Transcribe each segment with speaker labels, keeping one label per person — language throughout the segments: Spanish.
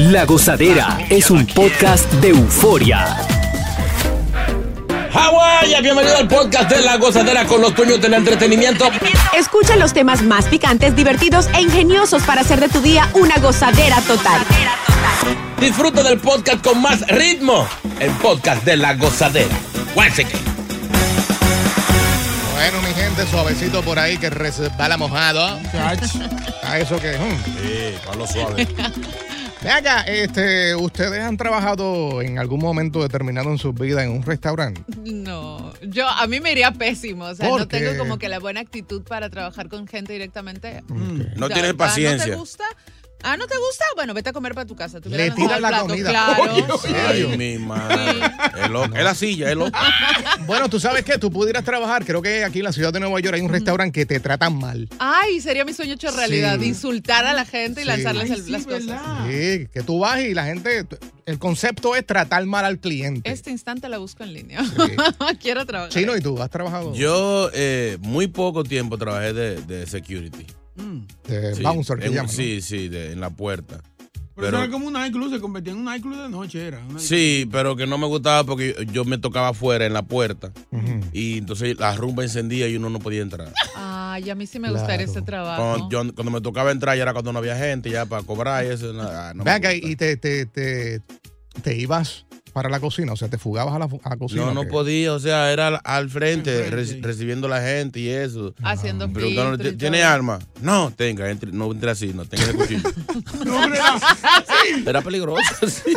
Speaker 1: La Gozadera es un podcast de euforia.
Speaker 2: Hawái, bienvenido al podcast de La Gozadera con los dueños del entretenimiento.
Speaker 3: Escucha los temas más picantes, divertidos e ingeniosos para hacer de tu día una gozadera total.
Speaker 2: Disfruta del podcast con más ritmo. El podcast de La Gozadera. Guáseque.
Speaker 4: Bueno, mi gente, suavecito por ahí que resbala mojado. A eso que. mm. Ven acá, este, ¿ustedes han trabajado en algún momento determinado en sus vidas en un restaurante?
Speaker 5: No, yo a mí me iría pésimo, o sea,
Speaker 4: ¿Por
Speaker 5: no
Speaker 4: qué?
Speaker 5: tengo como que la buena actitud para trabajar con gente directamente.
Speaker 6: Mm, No
Speaker 5: Ya,
Speaker 6: tienes
Speaker 5: ah, ¿No
Speaker 6: paciencia.
Speaker 5: te gusta? Ah, ¿no te gusta? Bueno, vete a comer para tu casa. Tú
Speaker 4: Le
Speaker 5: hubieras
Speaker 4: tiras la
Speaker 5: lanzado el
Speaker 4: comida.
Speaker 5: Claro.
Speaker 4: Oye, oye.
Speaker 6: Ay, mi madre. Es loco. Es la silla, es loco.
Speaker 4: Bueno, tú sabes que tú pudieras trabajar, creo que aquí en la ciudad de Nueva York hay un restaurante que te tratan mal.
Speaker 5: Ay, sería mi sueño hecho realidad,
Speaker 4: Sí.
Speaker 5: insultar a la gente y
Speaker 4: Sí.
Speaker 5: lanzarles el- las cosas.
Speaker 7: Ah.
Speaker 4: Sí, que tú vas y la gente, el concepto es tratar mal al cliente.
Speaker 5: Este instante la busco en línea.
Speaker 4: Sí.
Speaker 5: Quiero trabajar.
Speaker 4: Chino, ¿y tú has trabajado
Speaker 6: Yo eh, muy poco tiempo trabajé de, de security.
Speaker 4: de
Speaker 6: Sí,
Speaker 4: bouncer? Que
Speaker 6: en-
Speaker 4: llaman, ¿no?
Speaker 6: Sí, sí, de- en la puerta.
Speaker 7: Pero,
Speaker 6: Pero-
Speaker 7: eso era como un nightclub, se convertía en un nightclub de noche, era. una-
Speaker 6: Sí, pero que no me gustaba porque yo, yo me tocaba afuera en la puerta
Speaker 4: Ujú.
Speaker 6: y entonces la rumba encendía y uno no podía entrar.
Speaker 5: Ay, a mí sí me
Speaker 4: Claro.
Speaker 5: gustaría ese trabajo.
Speaker 6: Cuando, Oh, yo- cuando me tocaba entrar ya era cuando no había gente, ya para cobrar y eso. nada, no me
Speaker 4: Ven acá,
Speaker 6: gusta.
Speaker 4: y te, te, te, te ibas para la cocina, o sea, te fugabas a la, fu- a la cocina.
Speaker 6: No,
Speaker 4: ¿o
Speaker 6: no
Speaker 4: qué?
Speaker 6: podía, o sea, era al, al frente,
Speaker 7: Al frente.
Speaker 6: re- recibiendo la gente y eso.
Speaker 5: Haciendo
Speaker 6: Me
Speaker 5: filtro
Speaker 6: preguntaron,
Speaker 5: y
Speaker 6: "¿Ti-
Speaker 5: todo.
Speaker 6: ¿tiene arma? No, tenga, entre- no entre así, no tenga el cuchillo.
Speaker 7: No, hombre, era-
Speaker 6: Era peligroso, sí.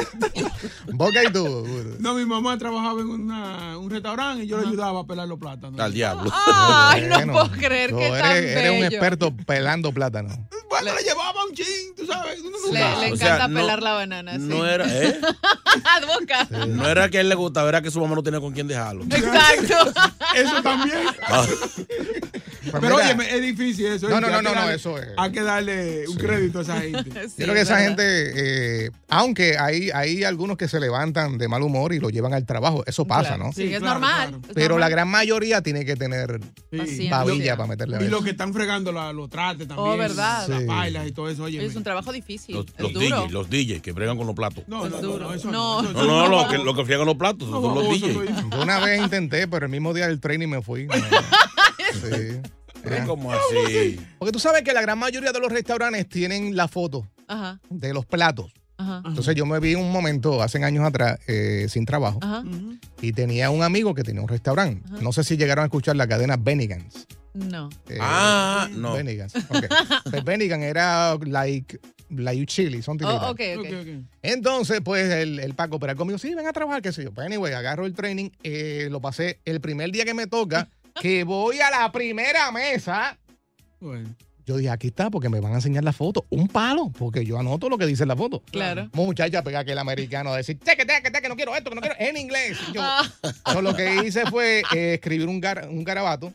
Speaker 4: Boca y tú.
Speaker 7: no, mi mamá trabajaba en una- un restaurante y yo le ayudaba a pelar los plátanos.
Speaker 6: Al diablo.
Speaker 4: Ah.
Speaker 5: Ay, no
Speaker 4: Bueno,
Speaker 5: puedo creer
Speaker 4: tú
Speaker 5: que
Speaker 4: eres,
Speaker 5: tan
Speaker 4: eres un
Speaker 5: bello.
Speaker 4: experto pelando plátano.
Speaker 7: Bueno, le llevaba un chin, tú sabes. uno
Speaker 5: Le,
Speaker 7: nunca-
Speaker 5: le
Speaker 6: O sea,
Speaker 5: encanta
Speaker 6: no-
Speaker 5: pelar la banana, sí.
Speaker 6: No era, ¿eh?
Speaker 5: Ad boca.
Speaker 6: No era que a él le gustaba, era que su mamá no tenía con quién dejarlo.
Speaker 5: Exacto.
Speaker 7: Eso también.
Speaker 6: Ah,
Speaker 4: Pues
Speaker 7: Pero
Speaker 4: mira,
Speaker 7: oye, es difícil eso.
Speaker 4: No,
Speaker 7: ¿eh?
Speaker 4: no,
Speaker 7: Hay
Speaker 4: no,
Speaker 7: que
Speaker 4: no, no,
Speaker 7: darle-
Speaker 4: eso es.
Speaker 7: Hay que darle un crédito a esa gente.
Speaker 5: Sí,
Speaker 4: yo creo que
Speaker 5: es
Speaker 4: esa
Speaker 5: verdad.
Speaker 4: gente, eh, aunque hay, hay algunos que se levantan de mal humor y lo llevan al trabajo, eso pasa,
Speaker 5: Claro,
Speaker 4: ¿no?
Speaker 5: Sí,
Speaker 7: Sí,
Speaker 5: es
Speaker 7: claro,
Speaker 5: normal.
Speaker 7: claro.
Speaker 5: es
Speaker 4: Pero la
Speaker 5: normal.
Speaker 4: gran mayoría tiene que tener
Speaker 7: Sí.
Speaker 5: Paciencia.
Speaker 4: babilla para meterle a
Speaker 7: Y
Speaker 4: eso.
Speaker 7: los que están fregando la- los trates también.
Speaker 5: Oh, ¿verdad?
Speaker 7: Las
Speaker 4: Sí.
Speaker 7: bailas y todo eso. Oye,
Speaker 5: Es un trabajo difícil.
Speaker 6: Los,
Speaker 5: es
Speaker 6: los
Speaker 5: duro.
Speaker 6: DJs, los DJs que bregan con los platos. No,
Speaker 7: no, no,
Speaker 5: es
Speaker 7: no,
Speaker 5: duro.
Speaker 7: no, eso
Speaker 5: No.
Speaker 7: eso-
Speaker 6: no,
Speaker 7: eso
Speaker 6: lo
Speaker 7: baboso,
Speaker 6: que, lo que friegan los platos
Speaker 7: no,
Speaker 6: son los
Speaker 7: baboso,
Speaker 6: DJs.
Speaker 7: estoy-
Speaker 4: Yo una vez intenté, pero el mismo día del training me fui. No. Sí.
Speaker 6: Pero ¿Cómo así?
Speaker 4: Porque tú sabes que la gran mayoría de los restaurantes tienen la foto
Speaker 5: Ajá,
Speaker 4: de los platos.
Speaker 5: ajá,
Speaker 4: Entonces yo me vi un momento, hace años atrás, eh, sin trabajo.
Speaker 5: ajá.
Speaker 4: y tenía un amigo que tenía un restaurante.
Speaker 5: Ajá.
Speaker 4: No sé si llegaron a escuchar la cadena Bennigan's.
Speaker 5: No.
Speaker 4: Eh,
Speaker 6: Ah, no.
Speaker 4: Bennigan's. ok. pues Bennigan era like, like you chili, son
Speaker 5: Oh,
Speaker 4: tiritas.
Speaker 5: ok,
Speaker 7: Ok,
Speaker 5: ok.
Speaker 7: ok.
Speaker 4: Entonces, pues el, el Paco Peral conmigo, sí, ven a trabajar, qué sé yo. Pues anyway, agarro el training, eh, lo pasé el primer día que me toca, que voy a la primera mesa.
Speaker 7: Bueno.
Speaker 4: Yo dije, aquí está, porque me van a enseñar la foto. Un palo, porque yo anoto lo que dice la foto.
Speaker 5: Claro.
Speaker 4: Muchacha, pega que el americano a decir, teque, teque, teque, no quiero esto, que no quiero, en inglés. Yo,
Speaker 5: Ah,
Speaker 4: So, lo que hice fue eh, escribir un, gar- un garabato.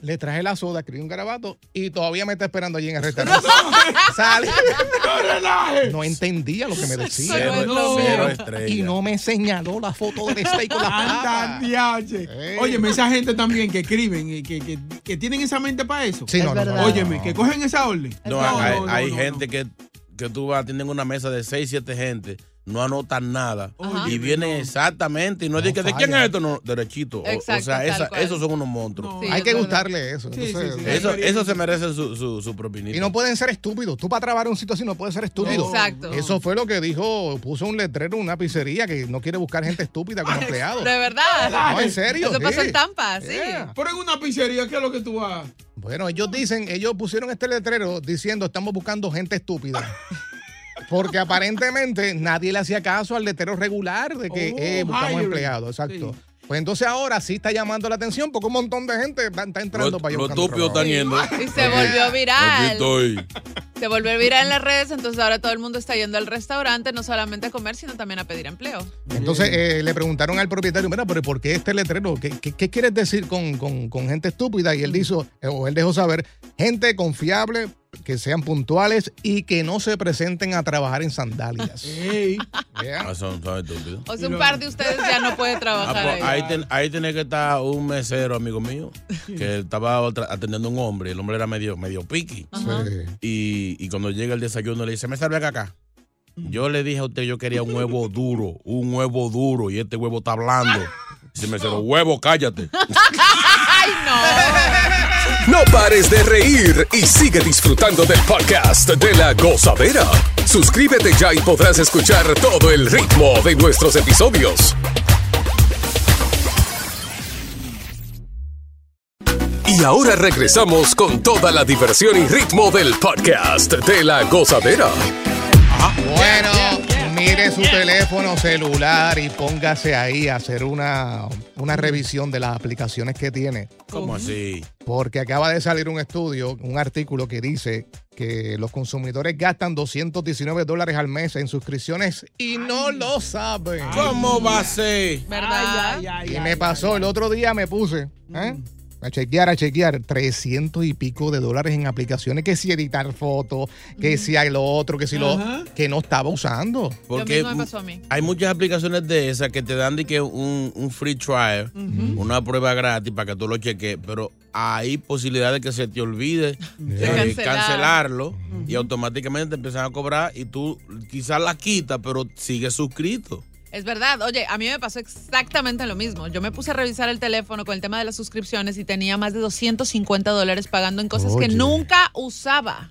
Speaker 4: Le traje la soda, escribí un garabato y todavía me está esperando allí en el restaurante. Salí.
Speaker 7: ¡No relajes!
Speaker 4: No entendía lo que me decía.
Speaker 5: Pero
Speaker 6: Cero,
Speaker 5: es lo
Speaker 6: cero
Speaker 5: mío.
Speaker 6: estrella.
Speaker 4: Y no me señaló la foto del steak con la
Speaker 7: Anda,
Speaker 4: papa.
Speaker 7: diache.
Speaker 4: Ey.
Speaker 7: Óyeme, esa gente también que escriben, eh, que, que, que tienen esa mente para eso.
Speaker 4: Sí, no, no, no,
Speaker 5: Es verdad.
Speaker 7: Óyeme, que cogen esa orden.
Speaker 6: No,
Speaker 7: No,
Speaker 6: hay,
Speaker 7: no, no,
Speaker 6: hay
Speaker 7: no,
Speaker 6: gente Que, que tú vas, tienen una mesa de 6, 7 gente, no anotan nada
Speaker 7: Ajá.
Speaker 6: y vienen exactamente y no,
Speaker 4: No
Speaker 6: dicen ¿de
Speaker 4: falla.
Speaker 6: quién es esto? No, derechito. O- o
Speaker 5: Exacto,
Speaker 6: sea,
Speaker 5: tal
Speaker 6: esa-
Speaker 5: cual.
Speaker 6: esos son unos monstruos.
Speaker 7: No.
Speaker 5: Sí,
Speaker 4: Hay
Speaker 5: es
Speaker 4: que
Speaker 5: verdad.
Speaker 4: gustarle eso.
Speaker 7: Sí,
Speaker 4: Entonces,
Speaker 7: sí, sí.
Speaker 6: Eso, eso se merece su, su, su propinita.
Speaker 4: Y no pueden ser estúpidos. Tú para trabar a un sitio así no puedes ser estúpido.
Speaker 5: Exacto.
Speaker 4: Eso fue lo que dijo, puso un letrero en una pizzería que no quiere buscar gente estúpida como empleado.
Speaker 5: De verdad.
Speaker 4: No, en serio.
Speaker 5: Eso pasó
Speaker 4: sí.
Speaker 5: en Tampa, sí.
Speaker 4: Yeah.
Speaker 7: Pero en una pizzería, ¿qué es lo que tú vas?
Speaker 4: Bueno, ellos dicen, ellos pusieron este letrero diciendo estamos buscando gente estúpida. Porque aparentemente nadie le hacía caso al letrero regular de que
Speaker 7: Oh,
Speaker 4: eh, buscamos
Speaker 7: hiring.
Speaker 4: empleados, exacto.
Speaker 7: Sí.
Speaker 4: Pues entonces ahora sí está llamando la atención porque un montón de gente va- está entrando
Speaker 6: Los
Speaker 4: para allá
Speaker 6: los
Speaker 4: buscando
Speaker 6: estúpidos están
Speaker 4: trabajo.
Speaker 6: yendo.
Speaker 5: Y se volvió
Speaker 6: Aquí
Speaker 5: viral.
Speaker 6: estoy.
Speaker 5: Se volvió viral en las redes, entonces ahora todo el mundo está yendo al restaurante, no solamente a comer, sino también a pedir empleo.
Speaker 4: Entonces eh, le preguntaron al propietario, mira, pero ¿por qué este letrero? ¿Qué, qué- qué quieres decir con, con- con gente estúpida? Y él dijo, eh, o él dejó saber, gente confiable, que sean puntuales y que no se presenten a trabajar en sandalias.
Speaker 7: Ey,
Speaker 4: Yeah.
Speaker 6: Ah, son, son estúpidos.
Speaker 5: O sea, un par de ustedes ya no puede
Speaker 6: Ah,
Speaker 5: trabajar ahí.
Speaker 6: pues, ahí, ten- ahí tiene que estar un mesero, amigo mío, que estaba otra- atendiendo a un hombre. El hombre era medio, medio piqui.
Speaker 5: Ajá.
Speaker 4: Sí.
Speaker 6: Y, y cuando llega el desayuno le dice, me salve acá acá.
Speaker 5: Mm.
Speaker 6: Yo le dije a usted, yo quería un huevo duro, un huevo duro, y este huevo está blando. Dice el mesero, huevo, cállate.
Speaker 5: ¡Ay, no!
Speaker 8: No pares de reír y sigue disfrutando del podcast de la gozadera. Suscríbete ya y podrás escuchar todo el ritmo de nuestros episodios. Y ahora regresamos con toda la diversión y ritmo del podcast de la gozadera.
Speaker 4: Bueno, mire su teléfono celular y póngase ahí a hacer una, una revisión de las aplicaciones que tiene.
Speaker 6: ¿Cómo así?
Speaker 4: Porque acaba de salir un estudio, un artículo que dice que los consumidores gastan 219 dólares al mes en suscripciones y no lo saben.
Speaker 6: ¿Cómo va a ser?
Speaker 5: ¿Verdad?
Speaker 4: Y me pasó, el otro día me puse ¿eh?
Speaker 7: Mm.
Speaker 4: a chequear, a chequear, 300 y pico de dólares en aplicaciones, que si editar fotos, que si hay lo otro, que si
Speaker 7: Mm. Ajá.
Speaker 4: lo que no estaba usando.
Speaker 6: Porque
Speaker 5: mismo me pasó a mí.
Speaker 6: hay muchas aplicaciones de esas que te dan de que un, un free trial, una prueba gratis para que tú lo cheques, pero hay posibilidad de que se te olvide eh,
Speaker 5: cancelar.
Speaker 6: cancelarlo y automáticamente te empiezan a cobrar y tú quizás la quitas, pero sigues suscrito.
Speaker 5: Es verdad, oye, a mí me pasó exactamente lo mismo. Yo me puse a revisar el teléfono con el tema de las suscripciones y tenía más de 250 dólares pagando en cosas que
Speaker 4: Oye.
Speaker 5: nunca usaba.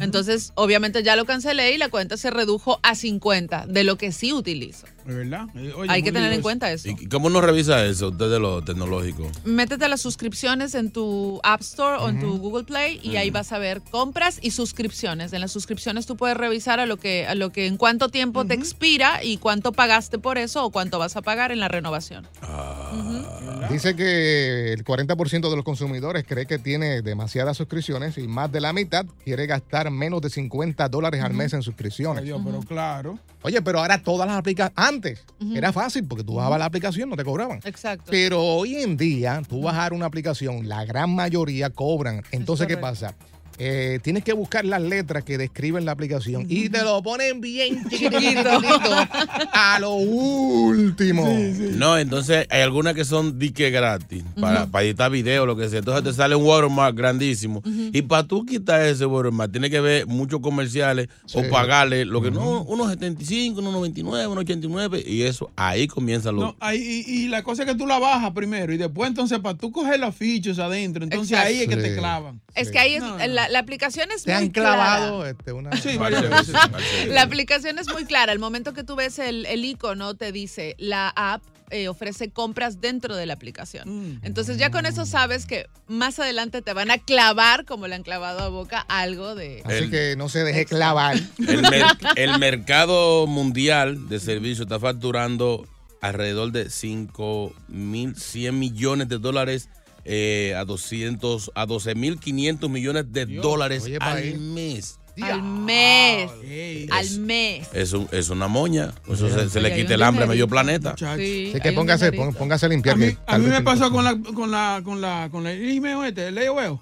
Speaker 5: Entonces, obviamente ya lo cancelé y la cuenta se redujo a 50 de lo que sí utilizo.
Speaker 7: ¿De verdad? Eh, oye,
Speaker 5: Hay que
Speaker 7: muy
Speaker 5: tener en
Speaker 7: lindo
Speaker 5: cuenta eso.
Speaker 6: ¿Y cómo no revisa eso usted de lo tecnológico?
Speaker 5: Métete a las suscripciones en tu App Store o en tu Google Play y ahí vas a ver compras y suscripciones. En las suscripciones tú puedes revisar a lo que, a lo que en cuánto tiempo te expira y cuánto pagaste por eso o cuánto vas a pagar en la renovación.
Speaker 7: Ah.
Speaker 4: Dice que el 40% de los consumidores cree que tiene demasiadas suscripciones y más de la mitad quiere gastar menos de 50 dólares al mes en
Speaker 7: eso. Ay,
Speaker 4: suscripciones.
Speaker 7: Dios, pero claro.
Speaker 4: Oye, pero ahora todas las aplicaciones, antes era fácil porque tú bajabas la aplicación, no te cobraban.
Speaker 5: Exacto.
Speaker 4: Pero hoy en día, tú bajar una aplicación, la gran mayoría cobran. Entonces, ¿qué
Speaker 5: correcto.
Speaker 4: pasa? Eh, tienes que buscar las letras que describen la aplicación y te lo ponen bien chiquitito, chiquitito, a lo último.
Speaker 6: No, entonces hay algunas que son dique gratis para, para editar video lo que sea. Entonces te sale un watermark grandísimo. Y para tú quitar ese watermark, tienes que ver muchos comerciales
Speaker 4: Sí.
Speaker 6: o pagarle lo que no, unos 75, unos 99, unos 89. Y eso, ahí comienza lo.
Speaker 7: No, ahí- y, y la cosa es que tú la bajas primero y después entonces para tú coger los fichos adentro, entonces
Speaker 5: Exacto.
Speaker 7: ahí es que te
Speaker 4: Sí.
Speaker 7: clavan.
Speaker 5: Es que ahí es-
Speaker 7: No, no.
Speaker 5: La, la aplicación es
Speaker 4: Te
Speaker 5: muy
Speaker 4: han clavado este, una.
Speaker 7: Sí,
Speaker 6: Parece-
Speaker 7: varias veces.
Speaker 6: parece-
Speaker 5: clara. La aplicación es muy clara. Al momento que tú ves el, el icono, te dice la app eh, ofrece compras dentro de la aplicación.
Speaker 7: Mm.
Speaker 5: Entonces ya con eso sabes que más adelante te van a clavar, como le han clavado a Boca, algo de...
Speaker 4: Así
Speaker 6: El-
Speaker 4: que no se deje clavar.
Speaker 6: El, mer- el mercado mundial de servicios está facturando alrededor de 5.100 millones de dólares eh, a 200 a 12.500 millones de dólares
Speaker 4: oye, pa' ahí.
Speaker 6: al mes.
Speaker 5: Al mes.
Speaker 7: Ey,
Speaker 5: Al mes.
Speaker 6: Es, un- es una moña. Eso se, se le
Speaker 5: Oye, hay un
Speaker 6: quita el hambre a
Speaker 5: dinerito,
Speaker 6: medio planeta.
Speaker 7: muchacho.
Speaker 5: Sí,
Speaker 4: Así
Speaker 5: hay
Speaker 4: que
Speaker 5: un
Speaker 4: póngase,
Speaker 5: numerito.
Speaker 4: pon- póngase a limpiar.
Speaker 7: A mí,
Speaker 4: que
Speaker 7: a
Speaker 4: tal
Speaker 7: mí
Speaker 4: vez
Speaker 7: me
Speaker 4: tiene-
Speaker 7: pasó con la con la con la con la el email este, el AOL.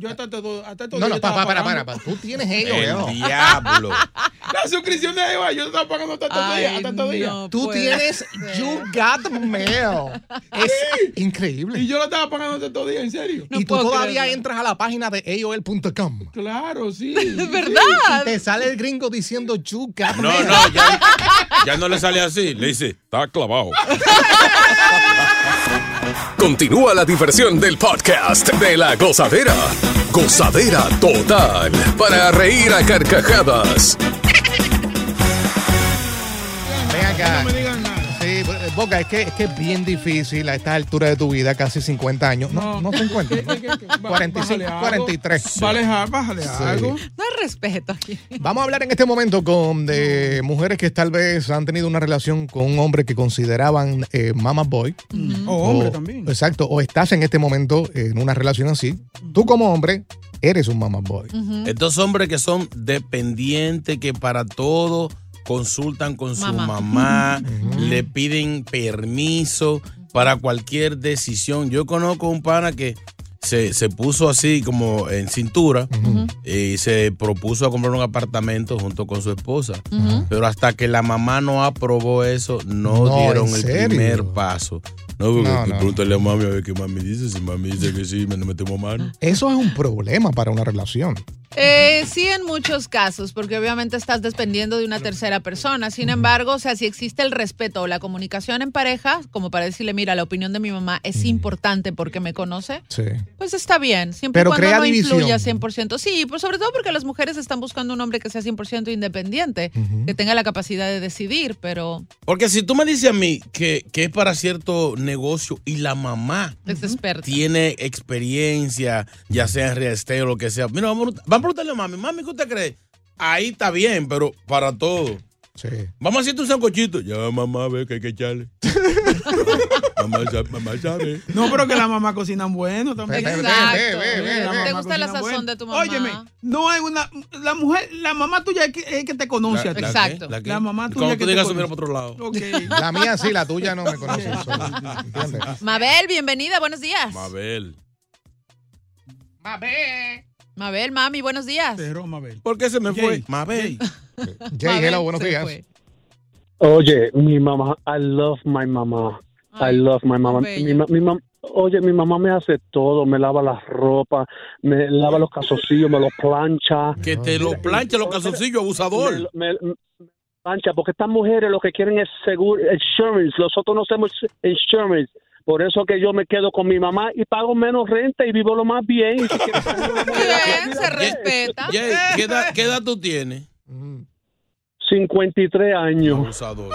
Speaker 7: Yo hasta todo hasta todo
Speaker 4: No, no, pa- pa- para, para, para. Tú tienes ello,
Speaker 6: El diablo.
Speaker 7: La suscripción de AOL, yo estaba pagando hasta todo día,
Speaker 5: Ay,
Speaker 7: hasta todo día.
Speaker 5: no
Speaker 4: Tú
Speaker 5: puede
Speaker 4: tienes
Speaker 5: ser.
Speaker 4: You Got Mail. Es increíble.
Speaker 7: Y yo lo estaba pagando hasta todo día, en serio.
Speaker 5: No
Speaker 4: y tú
Speaker 5: puedo
Speaker 4: todavía
Speaker 5: creerlo.
Speaker 4: entras a la página de AOL.com.
Speaker 7: Claro, sí.
Speaker 5: Es verdad.
Speaker 4: Y te sale el gringo diciendo you got
Speaker 6: No,
Speaker 4: mail".
Speaker 6: no, ya, ya no le sale así. Le dice, está clavado.
Speaker 8: Continúa la diversión del podcast de la gozadera. Gozadera total para reír a carcajadas.
Speaker 4: Ven acá.
Speaker 7: No me digan nada.
Speaker 4: Sí, pues, eh, Boca, es que, es que es bien difícil a esta altura de tu vida, casi 50 años. No, no, 50.
Speaker 7: ¿Qué, qué, qué?
Speaker 4: 45,
Speaker 7: Ba- bájale algo.
Speaker 4: 43.
Speaker 7: Bájale, bájale algo.
Speaker 5: No hay respeto aquí.
Speaker 4: Vamos a hablar en este momento con de mujeres que tal vez han tenido una relación con un hombre que consideraban eh, mama boy.
Speaker 5: Mm-hmm.
Speaker 7: O hombre
Speaker 4: O-
Speaker 7: también.
Speaker 4: Exacto. O estás en este momento en una relación así. Tú como hombre eres un mama boy.
Speaker 6: Estos hombres que son dependientes, que para todo consultan con su
Speaker 5: Mamá.
Speaker 6: mamá, le piden permiso para cualquier decisión. Yo conozco un pana que se, se puso así como en cintura y se propuso a comprar un apartamento junto con su esposa. Pero hasta que la mamá no aprobó eso, no,
Speaker 4: No,
Speaker 6: dieron
Speaker 4: ¿en
Speaker 6: el
Speaker 4: serio?
Speaker 6: primer paso. No, porque
Speaker 4: No, no.
Speaker 6: pregúntale a mami a ver qué mami dice. Si mami dice que sí, me metemos mano.
Speaker 4: Eso es un problema para una relación.
Speaker 5: Eh, sí, en muchos casos, porque obviamente estás dependiendo de una tercera persona. Sin embargo, o sea, si existe el respeto o la comunicación en pareja, como para decirle, mira, la opinión de mi mamá es importante porque me conoce,
Speaker 4: Sí.
Speaker 5: pues está bien, siempre y
Speaker 4: Pero
Speaker 5: cuando
Speaker 4: crea
Speaker 5: no
Speaker 4: división.
Speaker 5: influya 100%. Sí, pues sobre todo porque las mujeres están buscando un hombre que sea 100% independiente, que tenga la capacidad de decidir, pero
Speaker 6: Porque si tú me dices a mí que, que es para cierto negocio y la mamá
Speaker 5: es experta.
Speaker 6: tiene experiencia, ya sea en real estate o lo que sea, mira, vamos, a- vamos a preguntarle a mami, mami, ¿qué usted cree? Ahí está bien, pero para todo.
Speaker 4: Sí.
Speaker 6: Vamos a hacerte un sancochito. Ya, mamá, ve que hay que echarle. mamá, sabe, mamá sabe.
Speaker 7: No, pero que la mamá cocinan bueno también.
Speaker 4: Ve, ve,
Speaker 5: Exacto.
Speaker 4: ve, ve, ve,
Speaker 5: ¿No
Speaker 4: ve.
Speaker 5: te
Speaker 7: Mamá
Speaker 5: gusta la
Speaker 7: cocina
Speaker 5: sazón
Speaker 7: bueno.
Speaker 5: de tu mamá?
Speaker 7: Óyeme, no hay una. La mujer, la mamá tuya es que, es que te conoce a ti.
Speaker 5: la- Exacto.
Speaker 6: ¿La, qué?
Speaker 7: La mamá tuya
Speaker 6: Cuando
Speaker 7: que
Speaker 6: tú
Speaker 7: te
Speaker 6: digas
Speaker 7: conoce.
Speaker 6: subir para otro lado.
Speaker 7: Ok.
Speaker 4: La mía sí, la tuya no me conoce. solo, ¿entiendes?
Speaker 5: Mabel, bienvenida, buenos días.
Speaker 6: Mabel.
Speaker 5: Mabel, mami, buenos días.
Speaker 7: Pero, Mabel.
Speaker 6: ¿Por qué se me
Speaker 7: fue?
Speaker 6: fue? Mabel.
Speaker 4: Jay,
Speaker 5: Mabel
Speaker 4: hello, buenos
Speaker 5: se
Speaker 4: días.
Speaker 5: fue.
Speaker 9: Oye, mi mamá, I love my mamá. I
Speaker 5: Ay,
Speaker 9: love my mamá.
Speaker 5: bella.
Speaker 9: Mi, ma- mi mam- oye, mi mamá me hace todo, me lava la ropa, me lava los calzoncillos, me los plancha.
Speaker 6: Que te lo planche los calzoncillos,
Speaker 9: Me,
Speaker 6: abusador.
Speaker 9: me- me plancha, porque estas mujeres lo que quieren es seguro, insurance. Nosotros no hacemos insurance. Por eso que yo me quedo con mi mamá y pago menos renta y vivo lo más bien. Y si quieres tener una mujer
Speaker 5: Bien,
Speaker 9: rápida,
Speaker 5: se respeta.
Speaker 6: Jay, ¿qué edad, qué edad tú tienes?
Speaker 9: 53 años.
Speaker 6: Abusador.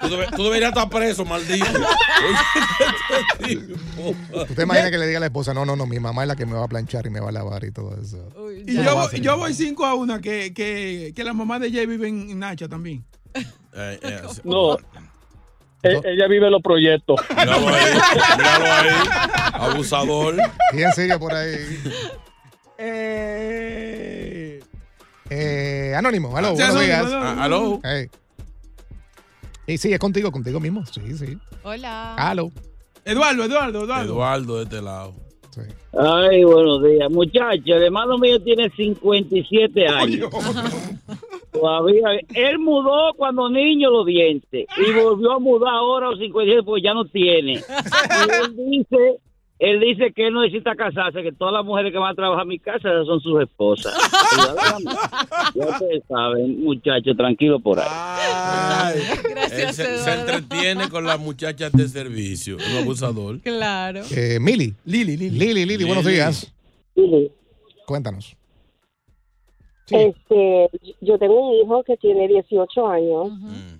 Speaker 6: tú, debe- tú deberías estar preso, maldito. Oye, este tipo.
Speaker 4: ¿Tú te imaginas que le diga a la esposa, no, no, no, mi mamá es la que me va a planchar y me va a lavar y todo eso?
Speaker 5: Uy,
Speaker 7: Y
Speaker 5: ya.
Speaker 7: yo, yo voy 5 a 1, que, que, que la mamá de Jay vive en Nacha también.
Speaker 6: Eh, eh, sí.
Speaker 9: No. E- ella vive los proyectos.
Speaker 6: Míralo ahí, míralo ahí. Abusador.
Speaker 4: ¿Quién sigue por ahí?
Speaker 7: Eh,
Speaker 4: Eh, anónimo, hello,
Speaker 7: Sí,
Speaker 4: buenos
Speaker 7: Anónimo,
Speaker 4: días.
Speaker 7: Anónimo.
Speaker 6: Ah, aló.
Speaker 4: Hey. Y sí, es contigo, contigo mismo. Sí, sí.
Speaker 5: Hola.
Speaker 4: Hello.
Speaker 7: Eduardo, Eduardo, Eduardo.
Speaker 6: Eduardo de este lado.
Speaker 4: Sí.
Speaker 10: Ay, buenos días. Muchacho, el hermano mío tiene 57 años. Todavía, él mudó cuando niño los dientes y volvió a mudar ahora a los 57 porque ya no tiene. Y él dice, él dice que él no necesita casarse, que todas las mujeres que van a trabajar en mi casa esas son sus esposas. Y yo, "Déjame". Ya ustedes saben, muchacho, tranquilo por ahí.
Speaker 6: Ay. Él
Speaker 5: Gracias,
Speaker 6: se, se
Speaker 5: Eduardo.
Speaker 6: entretiene con las muchachas de servicio. Un abusador.
Speaker 5: Claro.
Speaker 4: Eh, Mili.
Speaker 7: Lili, Lili.
Speaker 4: Lili, Lili, buenos
Speaker 6: Lili.
Speaker 4: días. Cuéntanos. Sí.
Speaker 11: Este, yo tengo un hijo que tiene 18 años
Speaker 6: Mm.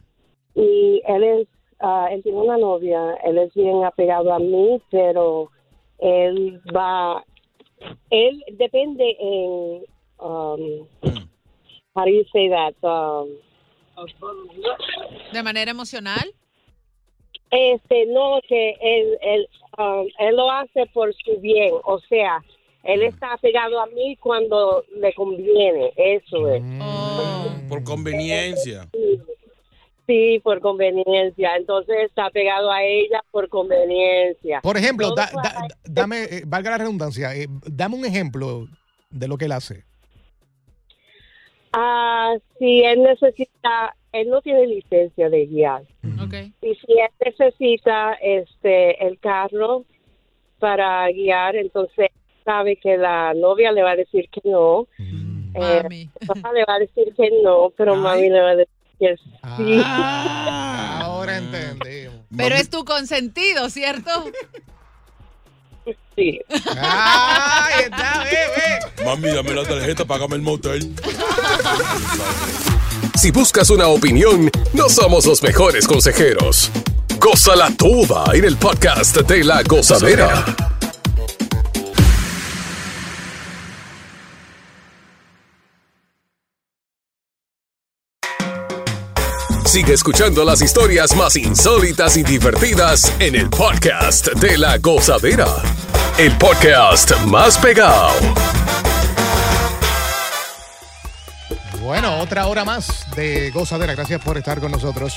Speaker 11: y él es, ah, él tiene una novia, él es bien apegado a mí, pero él va, él depende en, um, how do you say that? Um,
Speaker 5: De manera emocional.
Speaker 11: este, no, que él, él, um, él lo hace por su bien, o sea, él está apegado a mí cuando le conviene, eso es.
Speaker 4: Mm.
Speaker 5: Oh.
Speaker 6: Por conveniencia.
Speaker 11: Sí, por conveniencia. Entonces está pegado a ella por conveniencia.
Speaker 4: Por ejemplo,
Speaker 11: Todo
Speaker 4: da-
Speaker 11: fue
Speaker 4: da-
Speaker 11: a-
Speaker 4: da- dame, eh, valga la redundancia, eh, dame un ejemplo de lo que él hace.
Speaker 11: Ah, si él necesita, él no tiene licencia de guiar.
Speaker 8: Eh,
Speaker 5: Ok.
Speaker 11: Y si él necesita este el carro para guiar, entonces sabe que la novia le va a decir que no, eh,
Speaker 5: Mami.
Speaker 11: papá le va a decir que no, pero
Speaker 7: Ay.
Speaker 11: mami le va a decir que sí.
Speaker 7: Ah.
Speaker 4: Ahora entendimos.
Speaker 5: Pero es tu consentido, ¿cierto?
Speaker 11: sí.
Speaker 4: Ah. ¡Ay, está, ve, ve!
Speaker 6: Mami, dame la tarjeta, págame el motel.
Speaker 8: Si buscas una opinión, no somos los mejores consejeros. Goza la tuba en el podcast de la gozadera. Sigue escuchando las historias más insólitas y divertidas en el podcast de la gozadera. El podcast más pegado.
Speaker 4: Bueno, otra hora más de Gozadera. Gracias por estar con nosotros.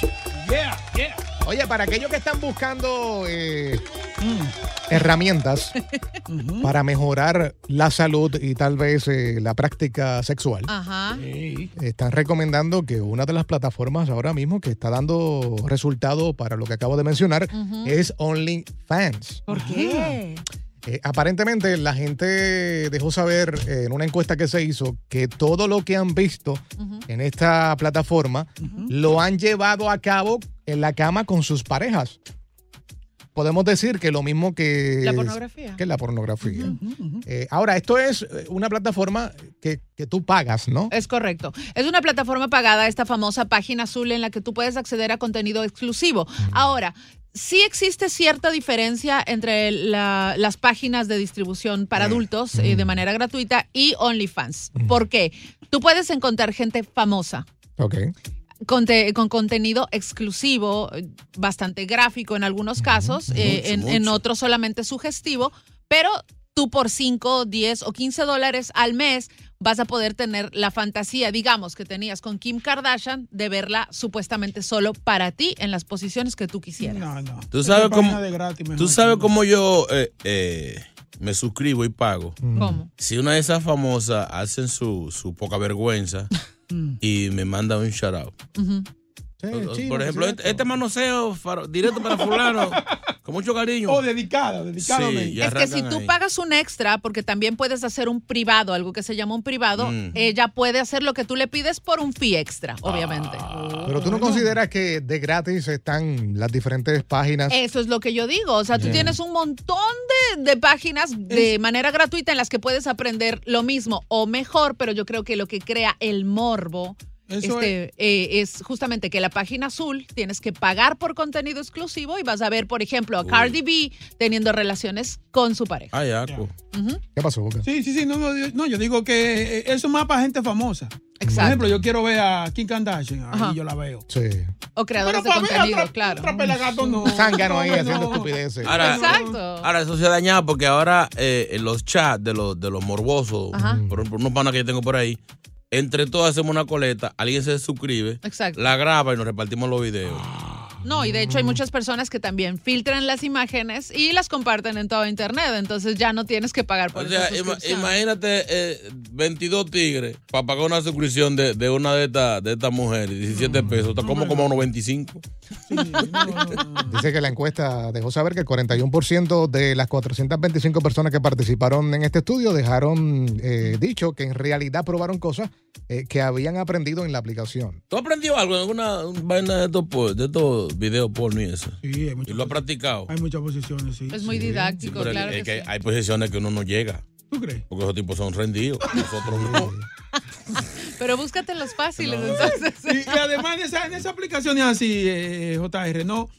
Speaker 7: Yeah, yeah.
Speaker 4: Oye, para aquellos que están buscando eh,
Speaker 7: Mm.
Speaker 4: herramientas para mejorar la salud y tal vez eh, la práctica sexual,
Speaker 7: Ah.
Speaker 5: Ajá.
Speaker 4: están recomendando que una de las plataformas ahora mismo que está dando resultado para lo que acabo de mencionar es OnlyFans.
Speaker 5: ¿Por qué?
Speaker 4: Eh, aparentemente la gente dejó saber eh, en una encuesta que se hizo que todo lo que han visto en esta plataforma lo han llevado a cabo en la cama con sus parejas. Podemos decir que lo mismo que
Speaker 5: La pornografía.
Speaker 4: Que la pornografía. Eh, ahora, esto es eh, una plataforma que, que tú pagas, ¿no?
Speaker 5: Es correcto. Es una plataforma pagada, esta famosa página azul en la que tú puedes acceder a contenido exclusivo. Ahora, sí existe cierta diferencia entre la- las páginas de distribución para adultos eh, de manera gratuita y OnlyFans. ¿Por qué? Tú puedes encontrar gente famosa.
Speaker 4: Ok.
Speaker 5: conte- con contenido exclusivo, eh, bastante gráfico en algunos casos, eh,
Speaker 12: Mucho,
Speaker 5: en,
Speaker 12: mucho.
Speaker 5: en otros solamente sugestivo, pero tú por 5, 10 o 15 dólares al mes vas a poder tener la fantasía, digamos, que tenías con Kim Kardashian de verla supuestamente solo para ti en las posiciones que tú quisieras.
Speaker 6: Tú sabes
Speaker 7: página
Speaker 6: cómo,
Speaker 7: de gratis mejor,
Speaker 6: tú sabes cómo yo eh, eh, me suscribo y pago.
Speaker 5: ¿Cómo?
Speaker 6: Si una de esas famosas hacen su, su poca vergüenza
Speaker 5: Mm.
Speaker 6: y me manda un shout out. Por ejemplo, este, este manoseo faro- directo para fulano, con mucho cariño.
Speaker 7: Oh,
Speaker 6: O
Speaker 7: dedicada,
Speaker 6: dedicada.
Speaker 5: Es que si tú pagas un extra, porque también puedes hacer un privado, algo que se llama un privado,
Speaker 4: Mm.
Speaker 5: ella puede hacer lo que tú le pides por un fee extra, obviamente.
Speaker 12: Ah,
Speaker 4: Pero tú no consideras que de gratis están las diferentes páginas.
Speaker 5: Eso es lo que yo digo. O sea, tú
Speaker 4: Bien.
Speaker 5: tienes un montón de, de páginas de manera gratuita en las que puedes aprender lo mismo o mejor, pero yo creo que lo que crea el morbo
Speaker 7: Eso
Speaker 5: este, eh, es justamente que la página azul tienes que pagar por contenido exclusivo y vas a ver, por ejemplo, a Cardi B teniendo relaciones con su pareja.
Speaker 6: Ay,
Speaker 5: Ujú.
Speaker 4: ¿Qué pasó, Boca?
Speaker 7: Sí, sí, sí. No, no, yo- no, yo digo que eh, eso es más para gente famosa. Por
Speaker 5: Exacto.
Speaker 7: ejemplo, yo quiero ver a Kim Kardashian. Ahí
Speaker 5: Ajá.
Speaker 7: yo la veo.
Speaker 4: Sí.
Speaker 5: O creadores
Speaker 7: Pero
Speaker 5: de
Speaker 7: para ver a
Speaker 5: contenido,
Speaker 7: otra-
Speaker 5: claro.
Speaker 7: otra pelagato no.
Speaker 4: Zángano ahí
Speaker 7: Oh, No, no,
Speaker 4: haciendo
Speaker 7: no.
Speaker 4: estupideces.
Speaker 6: Ahora,
Speaker 5: Exacto.
Speaker 6: Ahora, eso se ha dañado porque ahora eh, en los chats de los, de los morbosos,
Speaker 5: Ajá.
Speaker 6: por ejemplo, unos panas que yo tengo por ahí, entre todos hacemos una coleta, alguien se suscribe,
Speaker 5: Exacto.
Speaker 6: la graba y nos repartimos los videos.
Speaker 5: No, y de hecho hay muchas personas que también filtran las imágenes y las comparten en todo internet, entonces ya no tienes que pagar por
Speaker 6: O
Speaker 5: esa
Speaker 6: sea, ima-
Speaker 5: suscripción.
Speaker 6: imagínate eh, 22 tigres para pagar una suscripción de, de una de estas de estas mujeres, 17 pesos, está como como 95.
Speaker 4: Dice que la encuesta dejó saber que el 41% de las 425 personas que participaron en este estudio dejaron eh, dicho que en realidad probaron cosas eh, que habían aprendido en la aplicación.
Speaker 6: ¿Tú has aprendido algo en alguna vaina de estos, por- de estos videos porno y eso?
Speaker 7: Sí,
Speaker 6: ¿Y lo has practicado?
Speaker 7: Hay muchas posiciones, sí.
Speaker 5: Es muy didáctico,
Speaker 6: Pero
Speaker 5: claro
Speaker 6: es
Speaker 5: que,
Speaker 6: que
Speaker 5: sí.
Speaker 6: hay posiciones que uno no llega.
Speaker 7: ¿Tú crees?
Speaker 6: Porque esos tipos son rendidos. Nosotros no.
Speaker 5: Pero búscate los fáciles,
Speaker 7: No.
Speaker 5: entonces.
Speaker 7: Y, y además en esa- en esas aplicaciones así, eh, JR, no.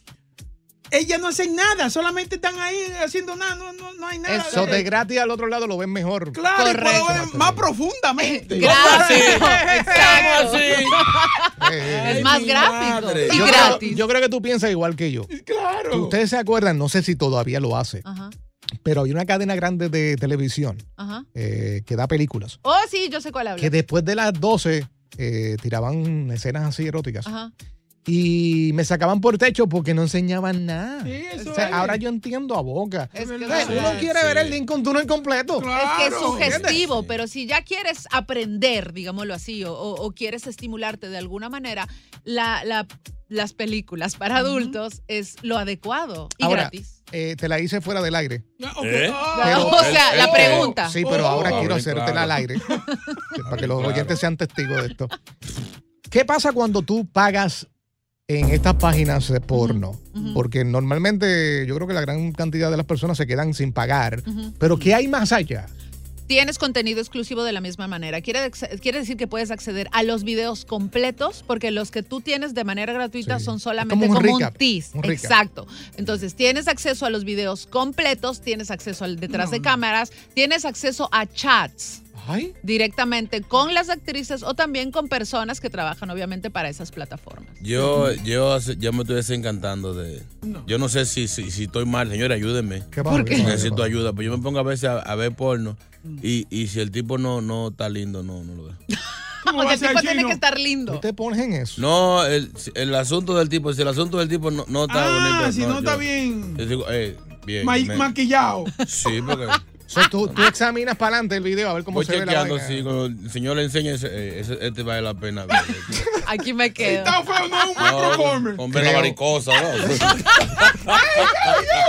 Speaker 7: Ellas no hacen nada, solamente están ahí haciendo nada, no, no, no hay nada.
Speaker 4: Eso de gratis al otro lado lo ven mejor.
Speaker 7: Claro, y puedo ver más profundamente.
Speaker 5: Exacto. Es más
Speaker 7: mi
Speaker 5: gráfico
Speaker 7: madre.
Speaker 5: y
Speaker 4: Eh, yo,
Speaker 5: gratis.
Speaker 4: Creo, yo creo que tú piensas igual que yo.
Speaker 7: Claro.
Speaker 4: Ustedes se acuerdan, no sé si todavía lo hace,
Speaker 5: Ajá,
Speaker 4: pero hay una cadena grande de televisión
Speaker 5: ajá.
Speaker 4: eh, que da películas.
Speaker 5: Oh, sí, yo sé cuál habla.
Speaker 4: Que después de las 12 eh, tiraban escenas así eróticas.
Speaker 5: Ajá.
Speaker 4: Y me sacaban por techo porque no enseñaban nada.
Speaker 7: eso
Speaker 4: O sea,
Speaker 7: es.
Speaker 4: ahora yo entiendo a boca.
Speaker 5: Es que,
Speaker 4: Eh, Uno quiere ver el link con turno incompleto.
Speaker 5: Es que es sugestivo, pero si ya quieres aprender, digámoslo así, o, o- o quieres estimularte de alguna manera, la- la- las películas para adultos es lo adecuado y
Speaker 4: Ahora,
Speaker 5: gratis.
Speaker 4: eh, te la hice fuera del aire.
Speaker 6: ¿Eh?
Speaker 7: ah.
Speaker 4: Pero-
Speaker 5: o sea, la pregunta.
Speaker 4: Sí, pero ahora
Speaker 6: Oh.
Speaker 4: quiero
Speaker 6: Abren,
Speaker 4: hacértela
Speaker 6: claro.
Speaker 4: al aire. para que los
Speaker 6: Claro.
Speaker 4: oyentes sean testigos de esto. ¿Qué pasa cuando tú pagas en estas páginas de porno? Porque normalmente yo creo que la gran cantidad de las personas se quedan sin pagar.
Speaker 5: Ujú.
Speaker 4: Pero ¿qué hay más allá?
Speaker 5: Tienes contenido exclusivo de la misma manera. Quiere, ex- quiere decir que puedes acceder a los videos completos porque los que tú tienes de manera gratuita son solamente
Speaker 4: Es
Speaker 5: como
Speaker 4: como
Speaker 5: un,
Speaker 4: un recap,
Speaker 5: tease.
Speaker 4: un recap.
Speaker 5: Exacto. Entonces, tienes acceso a los videos completos, tienes acceso al detrás de cámaras, tienes acceso a chats
Speaker 4: Ay.
Speaker 5: directamente con las actrices o también con personas que trabajan obviamente para esas plataformas.
Speaker 6: Yo, yo, hace- yo me estoy desencantando de. Yo no sé si, si, si estoy mal, señora, ayúdenme.
Speaker 4: ¿Qué pasa? ¿Por qué?
Speaker 6: Necesito ayuda. Pues yo me pongo a veces a, a ver porno y, y si el tipo no, no está lindo, no, no lo dejo.
Speaker 5: Porque el tipo tiene que estar lindo.
Speaker 4: te pones en eso?
Speaker 6: No, el, el asunto del tipo, si el asunto del tipo no, no está
Speaker 7: Ah,
Speaker 6: bonito.
Speaker 7: si no está
Speaker 6: yo-
Speaker 7: bien.
Speaker 6: yo digo, eh, bien.
Speaker 7: Ma-
Speaker 6: me-
Speaker 7: maquillado.
Speaker 6: Sí, porque
Speaker 4: So, tú, tú examinas para adelante el video a ver cómo
Speaker 6: Voy
Speaker 4: se ve la
Speaker 6: chequeando
Speaker 4: vaina.
Speaker 6: si cuando el señor le enseña, ese, eh, ese- este vale la pena.
Speaker 5: Aquí me quedo.
Speaker 6: no, hombre, la
Speaker 4: Creo.
Speaker 6: varicosa, ¿no?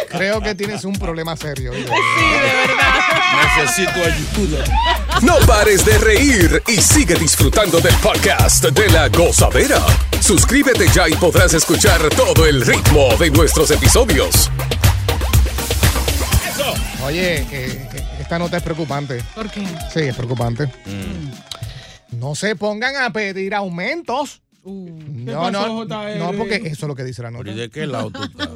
Speaker 4: Creo que tienes un problema serio.
Speaker 6: Necesito ayuda.
Speaker 8: No pares de reír y sigue disfrutando del podcast de la gozadera. Suscríbete ya y podrás escuchar todo el ritmo de nuestros episodios.
Speaker 4: Oye, eh, eh, esta nota es preocupante.
Speaker 5: ¿Por qué?
Speaker 4: Sí, es preocupante. No se pongan a pedir aumentos.
Speaker 7: Uh,
Speaker 4: No, no, no, porque eso es lo que dice la nota.
Speaker 6: ¿Y de qué lado tú estás?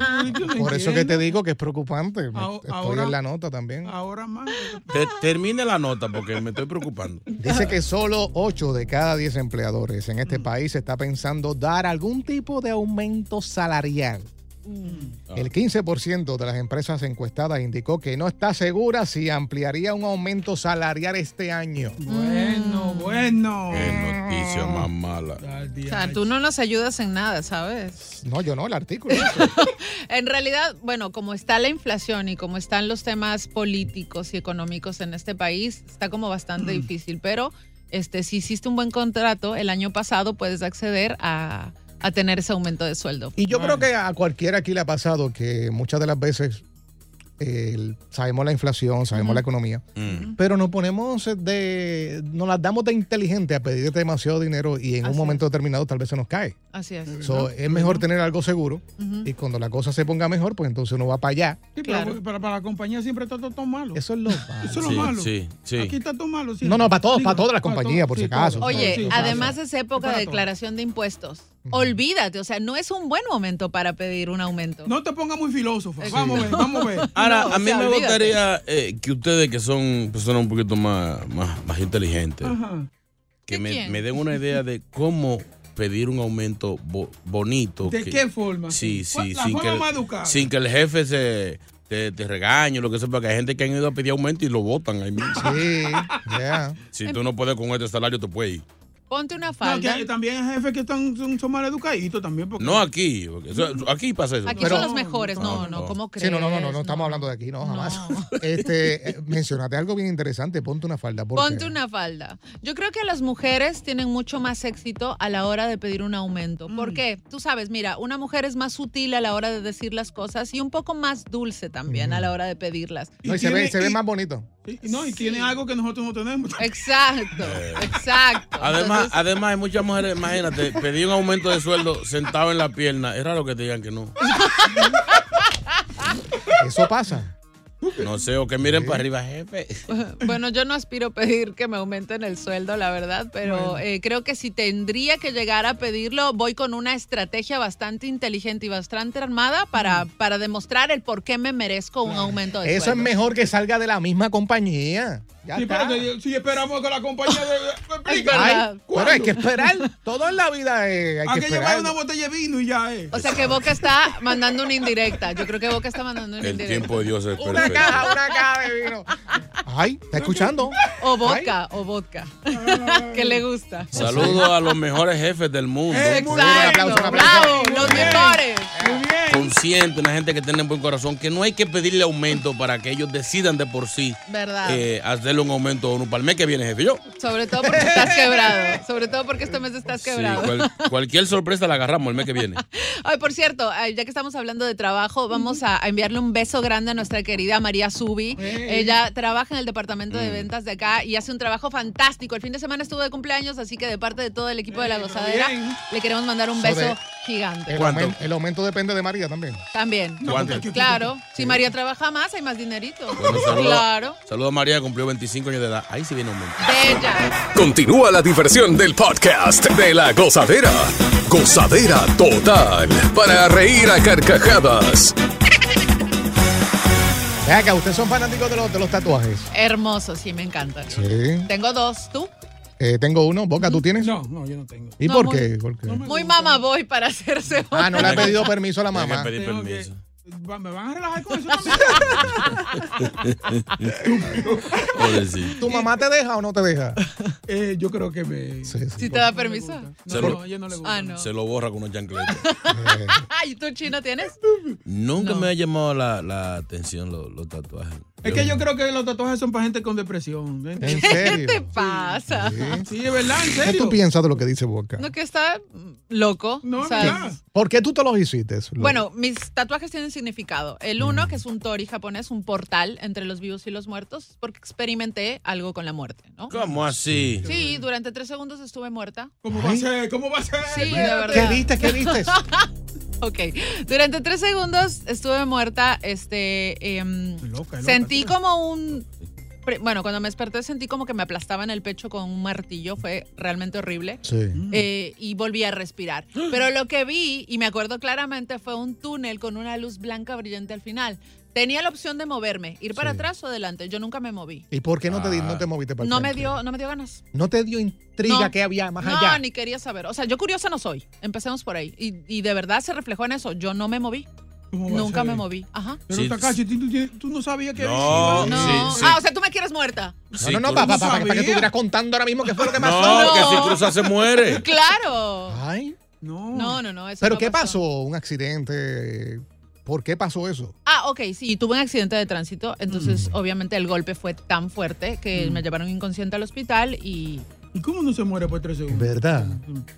Speaker 4: Por eso que te digo que es preocupante. Me-
Speaker 7: Ahora-
Speaker 4: Estoy
Speaker 7: ahora-
Speaker 4: en la nota también.
Speaker 7: Ahora más.
Speaker 6: Te- termine la nota porque me estoy preocupando.
Speaker 4: Dice que solo 8 de cada 10 empleadores en este país está pensando dar algún tipo de aumento salarial. El 15% de las empresas encuestadas indicó que no está segura si ampliaría un aumento salarial este año.
Speaker 7: Bueno, Mm. bueno.
Speaker 6: Qué
Speaker 4: Eh.
Speaker 6: noticia más mala.
Speaker 5: O sea, tú no nos ayudas en nada, ¿sabes?
Speaker 4: No, yo no, el artículo.
Speaker 5: En realidad, bueno, como está la inflación y como están los temas políticos y económicos en este país, está como bastante difícil. Pero este, si hiciste un buen contrato el año pasado, puedes acceder a, a tener ese aumento de sueldo.
Speaker 4: Y yo creo que a cualquiera aquí le ha pasado que muchas de las veces eh, sabemos la inflación, sabemos la economía,
Speaker 6: Mm.
Speaker 4: pero nos ponemos de, nos las damos de inteligente a pedir demasiado dinero y en
Speaker 5: Así
Speaker 4: un momento determinado tal vez se nos cae.
Speaker 5: Así es.
Speaker 4: So, eh, es mejor tener algo seguro
Speaker 5: Ujú.
Speaker 4: y cuando la cosa se ponga mejor, pues entonces uno va para allá.
Speaker 7: Sí, pero
Speaker 5: Claro.
Speaker 7: para, para la compañía siempre está todo, todo malo.
Speaker 4: Eso es lo malo.
Speaker 7: Eso es lo
Speaker 6: Sí,
Speaker 7: malo.
Speaker 6: sí, sí.
Speaker 7: Aquí está todo malo. siempre.
Speaker 4: No, no, para todos,
Speaker 7: Digo,
Speaker 4: para todas las
Speaker 7: para
Speaker 4: compañías,
Speaker 7: todo,
Speaker 4: por
Speaker 7: sí,
Speaker 4: si acaso.
Speaker 7: todo.
Speaker 5: Oye,
Speaker 7: Sí,
Speaker 5: además
Speaker 7: pasa.
Speaker 5: es época
Speaker 7: Para
Speaker 5: de
Speaker 7: todo.
Speaker 5: declaración de impuestos. Olvídate, o sea, no es un buen momento para pedir un aumento.
Speaker 7: No te pongas muy filósofo.
Speaker 5: Sí.
Speaker 7: Vamos a ver, vamos a ver.
Speaker 6: Ahora,
Speaker 5: No,
Speaker 6: a
Speaker 5: o
Speaker 6: mí
Speaker 5: sea,
Speaker 6: me
Speaker 5: olvídate.
Speaker 6: gustaría eh, que ustedes, que son personas un poquito más, más, más inteligentes,
Speaker 7: Ajá.
Speaker 6: que
Speaker 5: ¿De
Speaker 6: me,
Speaker 5: quién?
Speaker 6: me den una idea de cómo pedir un aumento bo- bonito.
Speaker 7: ¿De
Speaker 6: que-
Speaker 7: qué forma?
Speaker 6: Sí,
Speaker 7: ¿Cuál-
Speaker 6: sí,
Speaker 7: la
Speaker 6: sin
Speaker 7: forma
Speaker 6: que,
Speaker 7: más educada.
Speaker 6: sin que el jefe se te, te regañe, lo que sea, porque hay gente que han ido a pedir aumento y lo votan ahí mismo.
Speaker 4: Sí, ya.
Speaker 6: Si tú no puedes con este salario, te puedes ir.
Speaker 5: Ponte una
Speaker 7: No, que
Speaker 5: falda.
Speaker 7: hay también hay jefes que están, son, son mal educaditos también. Porque
Speaker 6: No aquí, porque eso- aquí pasa eso.
Speaker 5: Aquí
Speaker 4: Pero-
Speaker 5: son los mejores. No, no,
Speaker 6: no.
Speaker 5: ¿cómo crees?
Speaker 4: Sí, no, no, no, no, no estamos hablando de aquí, no, jamás. Este, eh, mencionaste algo bien interesante, ponte una falda. ¿por
Speaker 5: Ponte
Speaker 4: qué?
Speaker 5: una falda. Yo creo que las mujeres tienen mucho más éxito a la hora de pedir un aumento. ¿Por qué? Tú sabes, mira, una mujer es más sutil a la hora de decir las cosas y un poco más dulce también a la hora de pedirlas.
Speaker 4: No, y se,
Speaker 7: tiene-
Speaker 4: ve, se ve
Speaker 7: y-
Speaker 4: más Eh, bonito.
Speaker 7: y- no, y tienen algo que nosotros no tenemos.
Speaker 5: Exacto,
Speaker 4: Eh.
Speaker 5: exacto.
Speaker 6: Además,
Speaker 5: Entonces,
Speaker 6: además, hay muchas mujeres, imagínate, pedí un aumento de sueldo sentado en la pierna. Es raro que te digan que no.
Speaker 4: Eso pasa.
Speaker 6: No sé, o que miren para arriba, jefe.
Speaker 5: bueno, yo no aspiro a pedir que me aumenten el sueldo, la verdad, pero eh, creo que si tendría que llegar a pedirlo, voy con una estrategia bastante inteligente y bastante armada para, para demostrar el por qué me merezco un aumento de
Speaker 4: Eso es
Speaker 5: sueldo.
Speaker 4: mejor que salga de la misma compañía. Ya
Speaker 7: Sí,
Speaker 4: está.
Speaker 7: pero que- si esperamos que la compañía. de- me explica.
Speaker 5: verdad.
Speaker 4: Ay, pero hay que esperar. Todo en la vida eh, hay
Speaker 7: Hay
Speaker 4: que
Speaker 7: que llevar
Speaker 4: esperar.
Speaker 7: una botella de vino y ya, eh.
Speaker 5: O sea que Boca está mandando una indirecta. Yo creo que Boca está mandando una
Speaker 6: El
Speaker 5: indirecta.
Speaker 6: tiempo de Dios es
Speaker 4: Una
Speaker 6: perfecto.
Speaker 4: caja, una caja de vino. Ay, ¿está escuchando?
Speaker 5: O vodka, o vodka. que le gusta.
Speaker 6: Saludos a los mejores jefes del mundo.
Speaker 7: Eh, muy bien.
Speaker 4: Un aplauso, un aplauso.
Speaker 5: Bravo, los mejores.
Speaker 7: Muy bien.
Speaker 6: Consciente, una gente que tiene buen corazón, que no hay que pedirle aumento para que ellos decidan de por sí
Speaker 5: Verdad.
Speaker 6: eh, hacerle un aumento a uno. Para el mes que viene, jefe, yo.
Speaker 5: Sobre todo porque estás quebrado. Sobre todo porque este mes estás
Speaker 6: Sí,
Speaker 5: quebrado.
Speaker 6: cual- cualquier sorpresa la agarramos el mes que viene.
Speaker 5: Ay, por cierto, ay, ya que estamos hablando de trabajo, vamos a, a enviarle un beso grande a nuestra querida María Subi. Ella trabaja en el departamento de ventas de acá y hace un trabajo fantástico. El fin de semana estuvo de cumpleaños, así que de parte de todo el equipo de la gozadera,
Speaker 7: bien.
Speaker 5: le queremos mandar un
Speaker 4: So
Speaker 5: beso
Speaker 4: de-
Speaker 5: gigante.
Speaker 4: El,
Speaker 6: ¿Cuánto?
Speaker 4: aumen- el aumento depende de María también.
Speaker 5: También.
Speaker 6: ¿Cuánto?
Speaker 5: Claro, si María trabaja más, hay más dinerito.
Speaker 6: Bueno, saludos-
Speaker 5: Claro.
Speaker 6: Saludos a María, que cumplió 25 años de edad. Ahí sí viene aumento.
Speaker 5: Bella.
Speaker 8: Continúa la diversión del podcast de la gozadera. Gozadera total para reír a carcajadas.
Speaker 4: Ven acá, ustedes son fanáticos de los, de los tatuajes.
Speaker 5: Hermoso, sí, me encanta.
Speaker 4: Sí.
Speaker 5: Tengo dos, tú.
Speaker 4: Eh, tengo uno. Boca, ¿tú tienes?
Speaker 7: No, no, yo no tengo.
Speaker 4: ¿Y
Speaker 5: No,
Speaker 4: por,
Speaker 5: muy-
Speaker 4: qué? ¿Por qué?
Speaker 5: Muy mamá voy para hacerse
Speaker 4: Ah,
Speaker 5: una.
Speaker 4: no le ha pedido permiso a la
Speaker 6: Hay
Speaker 4: mamá.
Speaker 6: que pedir
Speaker 7: Tengo que-
Speaker 6: permiso.
Speaker 7: Va- ¿Me van a relajar con eso también?
Speaker 6: Pobrecito.
Speaker 4: ¿Tu mamá te deja o no te deja?
Speaker 7: Eh, yo creo que me.
Speaker 4: Sí, sí.
Speaker 5: Si te da permiso.
Speaker 7: No, no, a ella no le gusta.
Speaker 5: Ah, no.
Speaker 6: Se lo borra con unos chancletas.
Speaker 4: Eh,
Speaker 5: Ay, ¿tú chino tienes?
Speaker 6: Nunca
Speaker 5: No.
Speaker 6: me ha llamado la, la atención los, los tatuajes.
Speaker 7: Es que yo creo que los tatuajes son para gente con depresión. ¿En
Speaker 5: ¿Qué te pasa?
Speaker 7: Sí, es verdad, en
Speaker 4: ¿Qué
Speaker 7: serio.
Speaker 4: tú piensas de lo que dice Boca?
Speaker 5: No, que está loco. o sea,
Speaker 4: ¿Por qué tú te los hiciste? Lo-
Speaker 5: Bueno, mis tatuajes tienen significado. El uno, que es un tori japonés, un portal entre los vivos y los muertos, porque experimenté algo con la muerte, ¿no?
Speaker 6: ¿Cómo así?
Speaker 5: Sí, durante tres segundos estuve muerta.
Speaker 7: ¿Cómo va a ser? ¿Cómo va a ser?
Speaker 5: Sí, de
Speaker 7: Espérate.
Speaker 5: verdad. ok. Durante tres segundos estuve muerta. Este. em, sentí como un. pre- Bueno, cuando me desperté sentí como que me aplastaban el pecho con un martillo. Fue realmente horrible. Eh, y volví a respirar. Pero lo que vi, y me acuerdo claramente, fue un túnel con una luz blanca brillante al final. Tenía la opción de moverme, ir para atrás o adelante. Yo nunca me moví.
Speaker 4: ¿Y por qué no te, di- no te moviste para el
Speaker 5: No me
Speaker 4: frente?
Speaker 5: dio, no me dio ganas.
Speaker 4: ¿No te dio intriga
Speaker 5: No.
Speaker 4: que había más
Speaker 5: no,
Speaker 4: allá?
Speaker 5: ni quería saber. O sea, yo curiosa no soy. Empecemos por ahí. Y, y de verdad se reflejó en eso. Yo no me moví.
Speaker 7: va a
Speaker 5: Nunca
Speaker 7: ser?
Speaker 5: me moví. Ajá.
Speaker 7: Pero
Speaker 6: Sí.
Speaker 7: Takashi, tú, tú- tú no sabías que
Speaker 6: No,
Speaker 5: No.
Speaker 6: sí, sí.
Speaker 5: Ah, o sea, tú me quieres muerta.
Speaker 6: Sí,
Speaker 4: no, no, no,
Speaker 6: tú-
Speaker 4: papá, papá,
Speaker 7: no
Speaker 4: para que tú
Speaker 7: sabía.
Speaker 4: estuvieras contando ahora mismo qué fue lo que pasó.
Speaker 6: No,
Speaker 5: No.
Speaker 6: que si cruza se muere.
Speaker 5: Claro.
Speaker 4: Ay,
Speaker 7: No.
Speaker 5: No, no, no.
Speaker 4: Ah.
Speaker 5: Eso
Speaker 4: ¿Pero
Speaker 5: no
Speaker 4: qué pasó? ¿Un accidente? ¿Por qué pasó eso?
Speaker 5: Ah, ok, sí, tuve un accidente de tránsito, entonces obviamente el golpe fue tan fuerte que me llevaron inconsciente al hospital y
Speaker 7: ¿Y cómo no se muere por tres segundos?
Speaker 4: ¿Verdad?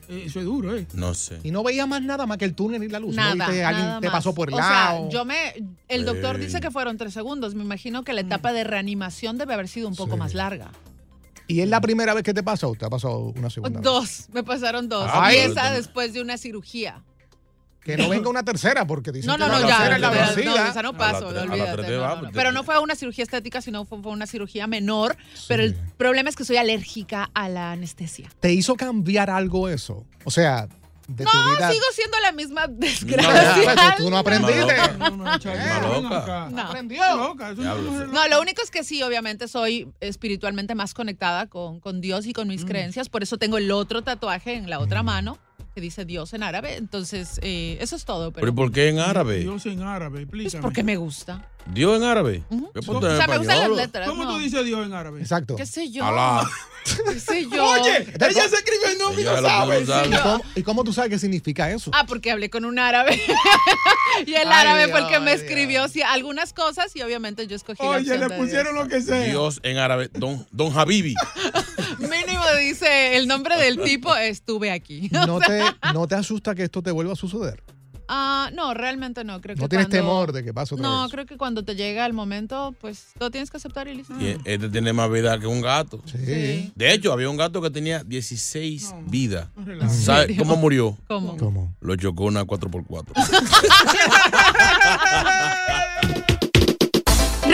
Speaker 7: Eh, Eso es duro, ¿eh?
Speaker 6: No sé.
Speaker 4: Y no veía más nada más que el túnel y la luz.
Speaker 5: nada.
Speaker 4: Pues, ¿No viste? Alguien
Speaker 5: nada
Speaker 4: te
Speaker 5: más.
Speaker 4: pasó por el
Speaker 5: o
Speaker 4: lado.
Speaker 5: Sea, yo me, el doctor
Speaker 6: Ey.
Speaker 5: dice que fueron tres segundos, me imagino que la etapa de reanimación debe haber sido un poco
Speaker 4: Mm. Sí.
Speaker 5: más larga.
Speaker 4: ¿Y es la primera vez que te pasa o te ha pasado una segunda vez?
Speaker 5: Dos, me pasaron dos.
Speaker 6: Ay.
Speaker 5: y esa después de una cirugía.
Speaker 4: Que no venga una tercera porque dicen
Speaker 5: No,
Speaker 4: que
Speaker 5: no,
Speaker 4: la
Speaker 5: no,
Speaker 4: tercera
Speaker 5: ya.
Speaker 4: es la
Speaker 5: no, no,
Speaker 4: vencida.
Speaker 5: o sea, no
Speaker 6: la
Speaker 5: paso,
Speaker 6: tre- a la
Speaker 5: olvídate.
Speaker 6: tres
Speaker 5: no,
Speaker 6: va,
Speaker 5: no, no.
Speaker 6: pues,
Speaker 5: Pero
Speaker 6: te-
Speaker 5: no fue una cirugía estética, sino fue fue una cirugía menor. Pero el problema es que soy alérgica a la anestesia.
Speaker 4: ¿Te hizo cambiar algo eso? O sea, de tu vida...
Speaker 5: Sigo siendo la misma
Speaker 4: Ah,
Speaker 5: desgracia.
Speaker 4: pues, tú, tú no aprendiste.
Speaker 7: No, no, chaval,
Speaker 6: Una
Speaker 7: ven
Speaker 6: loca.
Speaker 7: acá.
Speaker 5: No.
Speaker 7: Aprendió. Loca, eso
Speaker 6: Diablo,
Speaker 7: no-
Speaker 6: sí.
Speaker 5: No, lo único es que sí, obviamente soy espiritualmente más conectada con, con Dios y con mis creencias. Por eso tengo el otro tatuaje en la otra mano que dice Dios en árabe. Entonces, eh, eso es todo.
Speaker 6: ¿Pero
Speaker 5: Pero
Speaker 6: y por qué en árabe?
Speaker 7: Dios en árabe,
Speaker 5: es
Speaker 7: explícame.
Speaker 5: porque me gusta.
Speaker 6: ¿Dios en árabe?
Speaker 5: Ujú.
Speaker 6: ¿Qué
Speaker 5: O sea, me gustan las letras.
Speaker 7: ¿Cómo
Speaker 5: no.
Speaker 7: tú dices Dios en árabe?
Speaker 4: Exacto.
Speaker 5: ¿Qué sé yo?
Speaker 6: Alá.
Speaker 5: ¿Qué sé yo?
Speaker 7: Oye, ella se escribió el nombre y
Speaker 6: Ella
Speaker 7: lo
Speaker 6: lo
Speaker 7: sabe.
Speaker 6: pudo usar.
Speaker 4: ¿Y cómo, y cómo tú sabes qué significa eso?
Speaker 5: Ah, porque hablé con un árabe. y el
Speaker 4: Ay,
Speaker 5: árabe fue el
Speaker 4: Dios,
Speaker 5: que me
Speaker 4: Dios.
Speaker 5: escribió sí, algunas cosas y obviamente yo escogí la
Speaker 7: Oye,
Speaker 5: opción
Speaker 7: le
Speaker 5: de
Speaker 7: pusieron lo que sea.
Speaker 6: Dios en árabe. Don, don Habibi.
Speaker 5: Dios. Mínimo dice el nombre del tipo, estuve aquí.
Speaker 4: ¿No te, ¿No te asusta que esto te vuelva a suceder?
Speaker 5: Ah, no, realmente no. Creo que
Speaker 4: ¿No tienes
Speaker 5: cuando-
Speaker 4: temor de que pase otra
Speaker 5: No,
Speaker 4: vez?
Speaker 5: creo que cuando te llega el momento, pues lo tienes que aceptar y listo.
Speaker 6: Y e- Este tiene más vida que un gato.
Speaker 4: Sí.
Speaker 6: De hecho, había un gato que tenía 16 vidas.
Speaker 7: Relaja.
Speaker 6: ¿Sabe cómo murió?
Speaker 5: ¿Cómo?
Speaker 4: ¿Cómo?
Speaker 6: Lo chocó una 4x4.